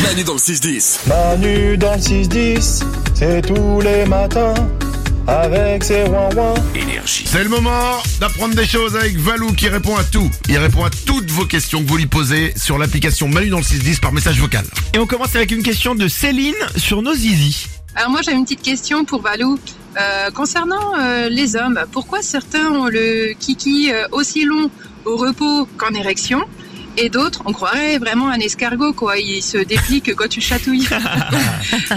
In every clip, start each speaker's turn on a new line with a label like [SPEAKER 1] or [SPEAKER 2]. [SPEAKER 1] Manu dans le 6-10.
[SPEAKER 2] Manu dans le 6-10, c'est tous les matins avec ses ouin
[SPEAKER 1] Énergie.
[SPEAKER 3] C'est le moment d'apprendre des choses avec Valou qui répond à tout. Il répond à toutes vos questions que vous lui posez sur l'application Manu dans le 610 par message vocal.
[SPEAKER 4] Et on commence avec une question de Céline sur nos zizi.
[SPEAKER 5] Alors moi j'avais une petite question pour Valou. Euh, concernant euh, les hommes, pourquoi certains ont le kiki euh, aussi long au repos qu'en érection et d'autres, on croirait vraiment un escargot, quoi. Il se déplie que quand tu chatouilles.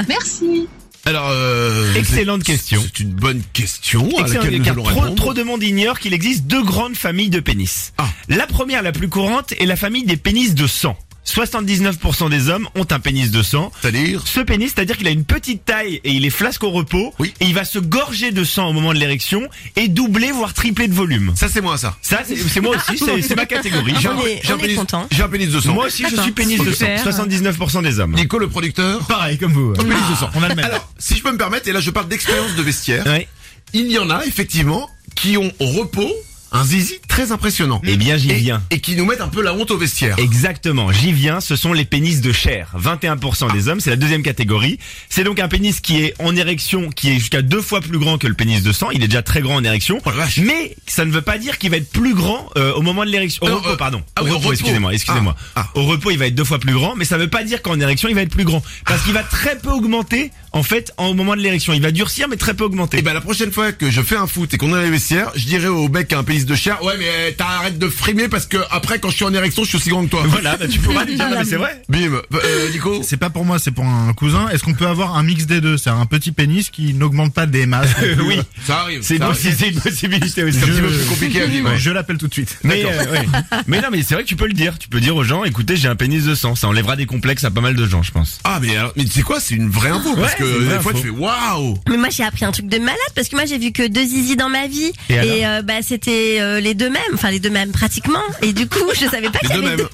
[SPEAKER 5] Merci.
[SPEAKER 3] Alors, euh,
[SPEAKER 4] Excellente
[SPEAKER 3] c'est-
[SPEAKER 4] question.
[SPEAKER 3] C'est une bonne question à
[SPEAKER 4] Excellent,
[SPEAKER 3] laquelle nous
[SPEAKER 4] car
[SPEAKER 3] allons
[SPEAKER 4] trop,
[SPEAKER 3] répondre.
[SPEAKER 4] trop de monde ignore qu'il existe deux grandes familles de pénis.
[SPEAKER 3] Ah.
[SPEAKER 4] La première, la plus courante, est la famille des pénis de sang. 79% des hommes ont un pénis de sang.
[SPEAKER 3] C'est-à-dire
[SPEAKER 4] Ce pénis, c'est-à-dire qu'il a une petite taille et il est flasque au repos,
[SPEAKER 3] Oui.
[SPEAKER 4] et il va se gorger de sang au moment de l'érection et doubler voire tripler de volume.
[SPEAKER 3] Ça c'est moi ça.
[SPEAKER 4] Ça, c'est c'est moi aussi, c'est c'est ma catégorie.
[SPEAKER 3] J'ai
[SPEAKER 4] Genre,
[SPEAKER 3] un-
[SPEAKER 6] est-
[SPEAKER 3] j'ai un
[SPEAKER 6] on est
[SPEAKER 3] pénis-
[SPEAKER 6] content. hein.
[SPEAKER 3] J'ai un pénis de sang.
[SPEAKER 4] moi aussi, je suis pénis de sang.
[SPEAKER 6] Super.
[SPEAKER 4] 79% des hommes.
[SPEAKER 3] Nico le producteur.
[SPEAKER 4] Pareil comme vous.
[SPEAKER 3] Un pénis de sang.
[SPEAKER 4] On a le même.
[SPEAKER 3] Alors, si je peux me permettre, et là je parle d'expérience de vestiaire,
[SPEAKER 4] Ouais.
[SPEAKER 3] il y en a effectivement qui ont au repos un zizi très impressionnant.
[SPEAKER 4] Eh bien, j'y
[SPEAKER 3] Et-
[SPEAKER 4] viens.
[SPEAKER 3] Et qui nous mettent un peu la honte au vestiaire.
[SPEAKER 4] Exactement, j'y viens, ce sont les pénis de chair. 21% des hommes, c'est la deuxième catégorie. C'est donc un pénis qui est en érection, qui est jusqu'à deux fois plus grand que le pénis de sang. Il est déjà très grand en érection.
[SPEAKER 3] Oh la vache.
[SPEAKER 4] Mais ça ne veut pas dire qu'il va être plus grand euh, au moment de l'érection. Au
[SPEAKER 3] Non,
[SPEAKER 4] repos,
[SPEAKER 3] euh,
[SPEAKER 4] pardon.
[SPEAKER 3] ah oui, au repos.
[SPEAKER 4] excusez-moi, excusez-moi.
[SPEAKER 3] Ah,
[SPEAKER 4] Au repos, il va être deux fois plus grand, mais ça ne veut pas dire qu'en érection, il va être plus grand. Parce qu'il va très peu augmenter, en fait, en, au moment de l'érection. Il va durcir, mais très peu augmenter.
[SPEAKER 3] Et ben la prochaine fois que je fais un foot et qu'on est dans les vestiaires, je dirais au mec qui a un pénis de chair, ouais mais eh, t'arrêtes de frimer parce que après quand je suis en érection, je suis aussi grand que toi.
[SPEAKER 4] Voilà, bah, tu pourras
[SPEAKER 3] Ah
[SPEAKER 4] lui dire, non, mais c'est vrai.
[SPEAKER 3] Bim, euh, Nico.
[SPEAKER 7] C'est pas pour moi, c'est pour un cousin. Est-ce qu'on peut avoir un mix des deux C'est-à-dire un petit pénis qui n'augmente pas des masses.
[SPEAKER 4] euh, oui,
[SPEAKER 3] Ça arrive.
[SPEAKER 4] c'est une,
[SPEAKER 3] ça
[SPEAKER 4] possi-
[SPEAKER 3] arrive.
[SPEAKER 4] c'est une possibilité aussi.
[SPEAKER 3] C'est un petit peu plus compliqué à vivre.
[SPEAKER 7] Je l'appelle tout de suite.
[SPEAKER 4] Mais, euh, ouais. mais non, mais c'est vrai que tu peux le dire. Tu peux dire aux gens, écoutez, j'ai un pénis de sang. Ça enlèvera des complexes à pas mal de gens, je pense.
[SPEAKER 3] Ah mais alors, mais tu sais quoi, c'est une vraie info parce
[SPEAKER 4] Ouais,
[SPEAKER 3] que
[SPEAKER 4] c'est une vraie
[SPEAKER 3] des fois
[SPEAKER 4] info.
[SPEAKER 3] tu fais waouh.
[SPEAKER 6] Mais moi j'ai appris un truc de malade parce que moi j'ai vu que deux zizi dans ma vie
[SPEAKER 4] Et
[SPEAKER 6] et,
[SPEAKER 4] alors
[SPEAKER 6] euh, bah c'était euh, les deux mêmes, enfin les deux mêmes pratiquement et du coup je savais pas
[SPEAKER 3] Les
[SPEAKER 6] qu'il y
[SPEAKER 3] deux mêmes.
[SPEAKER 6] avait deux...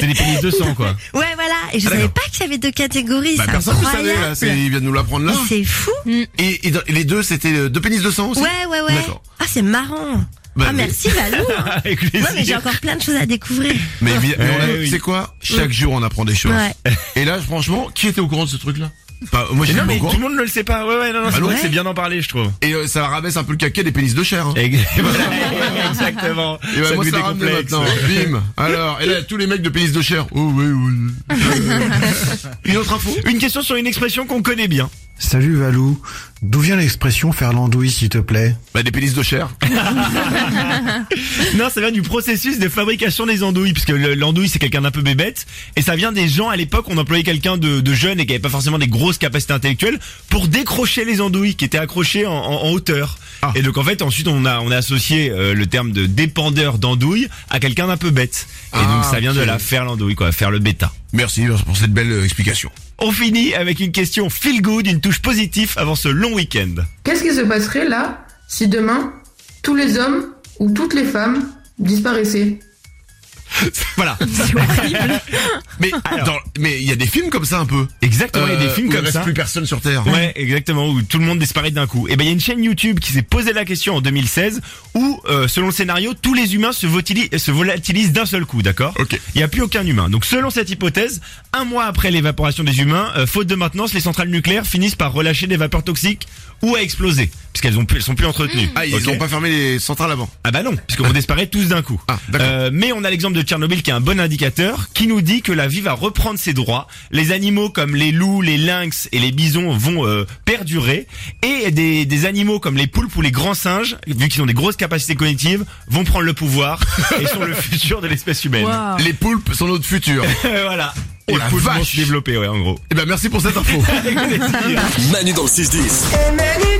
[SPEAKER 4] C'est des pénis de sang, quoi.
[SPEAKER 6] Ouais voilà et je savais pas qu'il y avait deux catégories,
[SPEAKER 3] Bah
[SPEAKER 6] c'est
[SPEAKER 3] personne ne savait là,
[SPEAKER 6] incroyable.
[SPEAKER 3] c'est- il vient de nous l'apprendre là.
[SPEAKER 6] Mais c'est fou.
[SPEAKER 3] Et, et dans- et les deux c'était euh, deux pénis de sang aussi.
[SPEAKER 6] Ouais ouais ouais.
[SPEAKER 3] D'accord.
[SPEAKER 6] Ah c'est marrant.
[SPEAKER 3] Bah,
[SPEAKER 6] ah
[SPEAKER 3] mais-
[SPEAKER 6] merci Valou. hein.
[SPEAKER 4] Avec
[SPEAKER 6] ouais mais j'ai
[SPEAKER 4] plaisir.
[SPEAKER 6] encore plein de choses à découvrir.
[SPEAKER 3] Mais, évi- mais on a-
[SPEAKER 4] Eh oui.
[SPEAKER 3] c'est quoi Chaque jour on apprend des choses.
[SPEAKER 6] Ouais.
[SPEAKER 3] Et là franchement, qui était au courant de ce truc là Bah moi
[SPEAKER 4] Mais
[SPEAKER 3] j'étais
[SPEAKER 4] non,
[SPEAKER 3] pas
[SPEAKER 4] mais
[SPEAKER 3] au
[SPEAKER 4] tout
[SPEAKER 3] courant.
[SPEAKER 4] le monde ne le sait pas. Ouais, ouais, non, non, c'est
[SPEAKER 3] Bah,
[SPEAKER 4] vrai
[SPEAKER 3] ouais.
[SPEAKER 4] que c'est bien d'en parler, je trouve.
[SPEAKER 3] Et euh, ça rabaisse un peu le caquet des pénis de chair. hein.
[SPEAKER 4] Et- et voilà, ouais, Exactement.
[SPEAKER 3] Et bah,
[SPEAKER 4] ça
[SPEAKER 3] moi,
[SPEAKER 4] nous
[SPEAKER 3] ça ramène maintenant. Bim. Alors, et là, tous les mecs de pénis de chair. Oh, oui, oui.
[SPEAKER 4] Une autre info Une question sur une expression qu'on connaît bien.
[SPEAKER 8] Salut Valou, d'où vient l'expression faire l'andouille s'il te plaît
[SPEAKER 3] Bah, des pénis de chair.
[SPEAKER 4] Non, ça vient du processus de fabrication des andouilles, puisque le- l'andouille c'est quelqu'un d'un peu bébête, et ça vient des gens à l'époque, on employait quelqu'un de, de jeune et qui avait pas forcément des grosses capacités intellectuelles pour décrocher les andouilles qui étaient accrochées en, en- en hauteur.
[SPEAKER 3] Ah.
[SPEAKER 4] Et donc en fait, ensuite on a on a associé euh, le terme de dépendeur d'andouille à quelqu'un d'un peu bête. Et
[SPEAKER 3] Ah,
[SPEAKER 4] donc ça vient de
[SPEAKER 3] ok.
[SPEAKER 4] la faire l'andouille quoi, faire le bêta.
[SPEAKER 3] Merci pour cette belle euh, explication.
[SPEAKER 4] On finit avec une question feel good, une touche positive avant ce long week-end.
[SPEAKER 9] Qu'est-ce qui se passerait là si demain tous les hommes ou toutes les femmes disparaissaient
[SPEAKER 4] Voilà.
[SPEAKER 3] Mais, dans- mais il y a des films comme ça un peu. Euh,
[SPEAKER 4] Exactement, il y a des films
[SPEAKER 3] où
[SPEAKER 4] comme
[SPEAKER 3] il reste
[SPEAKER 4] ça.
[SPEAKER 3] plus personne sur Terre.
[SPEAKER 4] Ouais, exactement, où tout le monde disparaît d'un coup. Et ben il y a une chaîne YouTube qui s'est posé la question en 2016 où euh, selon le scénario, tous les humains se, votili- se volatilisent d'un seul coup, d'accord
[SPEAKER 3] Ok.
[SPEAKER 4] Il n'y a plus aucun humain. Donc selon cette hypothèse, un mois après l'évaporation des humains, euh, faute de maintenance, les centrales nucléaires finissent par relâcher des vapeurs toxiques ou à exploser parce qu'elles ont plus, elles sont plus entretenues.
[SPEAKER 3] Ah, ils
[SPEAKER 4] Ok.
[SPEAKER 3] ont pas fermé les centrales avant.
[SPEAKER 4] Ah bah non, puisqu'on disparaît tous d'un coup.
[SPEAKER 3] Ah, d'accord.
[SPEAKER 4] Euh, mais on a l'exemple de Tchernobyl qui est un bon indicateur, qui nous dit que la vie va reprendre ses droits. Les animaux comme les loups, les lynx et les bisons vont euh, perdurer. Et des, des animaux comme les poulpes ou les grands singes, vu qu'ils ont des grosses capacités cognitives, vont prendre le pouvoir et sont le futur de l'espèce humaine. Euh,
[SPEAKER 3] Les poulpes sont notre futur. Eh
[SPEAKER 4] voilà.
[SPEAKER 3] Oh
[SPEAKER 4] les
[SPEAKER 3] la
[SPEAKER 4] poulpes vont
[SPEAKER 3] vache.
[SPEAKER 4] se développer, ouais, en gros.
[SPEAKER 3] Eh ben, merci pour cette info.
[SPEAKER 1] Manu dans le 6-10.
[SPEAKER 2] Énergie.